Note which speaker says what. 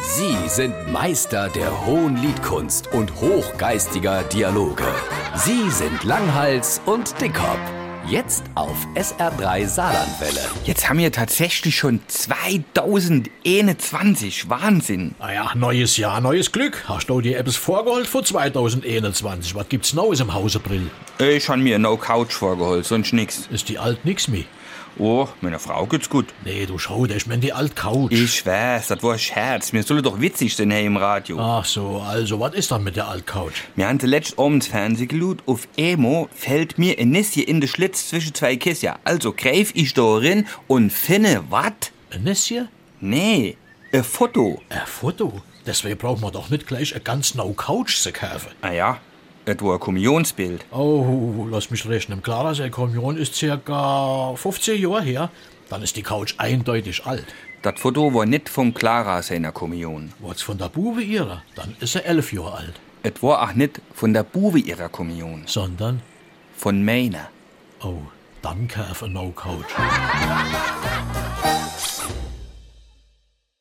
Speaker 1: Sie sind Meister der hohen Liedkunst und hochgeistiger Dialoge. Sie sind Langhals und Dickhop. Jetzt auf SR3 Saarlandwelle.
Speaker 2: Jetzt haben wir tatsächlich schon 2021. Wahnsinn.
Speaker 3: Ah ja, neues Jahr, neues Glück. Hast du dir etwas vorgeholt für 2021? Was gibt's Neues im Hause Brill?
Speaker 2: Ich habe mir No Couch vorgeholt, sonst nix.
Speaker 3: Ist die alt nix mi?
Speaker 2: Oh, meiner Frau geht's gut.
Speaker 3: Nee, du schau, das ist mir die alt Couch.
Speaker 2: Ich weiß, das war ein Scherz. Wir sollen doch witzig sein hier im Radio.
Speaker 3: Ach so, also, was ist dann mit der alt Couch?
Speaker 2: Wir haben zuletzt abends Fernsehen gelut. Auf Emo fällt mir ein Nüsschen in den Schlitz zwischen zwei Kissen. Also greif ich da rein und finde wat?
Speaker 3: Ein Nüsschen?
Speaker 2: Nee, ein Foto.
Speaker 3: Ein Foto? Deswegen brauchen wir doch nicht gleich eine ganz neue Couch zu kaufen.
Speaker 2: Ah ja, das war ein Kommunionsbild.
Speaker 3: Oh, lass mich rechnen. Clara, seine Kommunion ist circa 15 Jahre her. Dann ist die Couch eindeutig alt.
Speaker 2: Das Foto war nicht von Clara seiner Kommunion.
Speaker 3: War's von der Bube ihrer, dann ist er elf Jahre alt.
Speaker 2: Es war auch nicht von der Bube ihrer Kommunion,
Speaker 3: Sondern,
Speaker 2: von meiner.
Speaker 3: oh, dann kauf eine No-Couch.